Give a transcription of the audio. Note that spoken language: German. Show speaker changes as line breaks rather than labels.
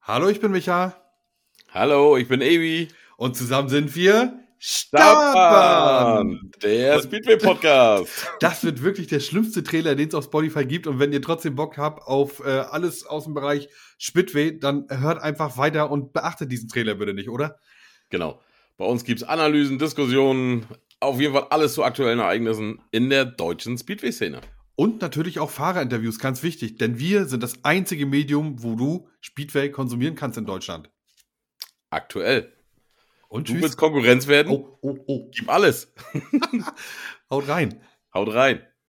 Hallo, ich bin Micha.
Hallo, ich bin Evi.
Und zusammen sind wir
Startbahn, der Speedway-Podcast.
Das wird wirklich der schlimmste Trailer, den es auf Spotify gibt. Und wenn ihr trotzdem Bock habt auf äh, alles aus dem Bereich Spitway, dann hört einfach weiter und beachtet diesen Trailer bitte nicht, oder?
Genau. Bei uns gibt's Analysen, Diskussionen, auf jeden Fall alles zu aktuellen Ereignissen in der deutschen Speedway-Szene.
Und natürlich auch Fahrerinterviews, ganz wichtig, denn wir sind das einzige Medium, wo du Speedway konsumieren kannst in Deutschland.
Aktuell.
Und
Du
tschüss.
willst Konkurrenz werden?
oh, oh, oh.
Gib alles.
Haut rein.
Haut rein.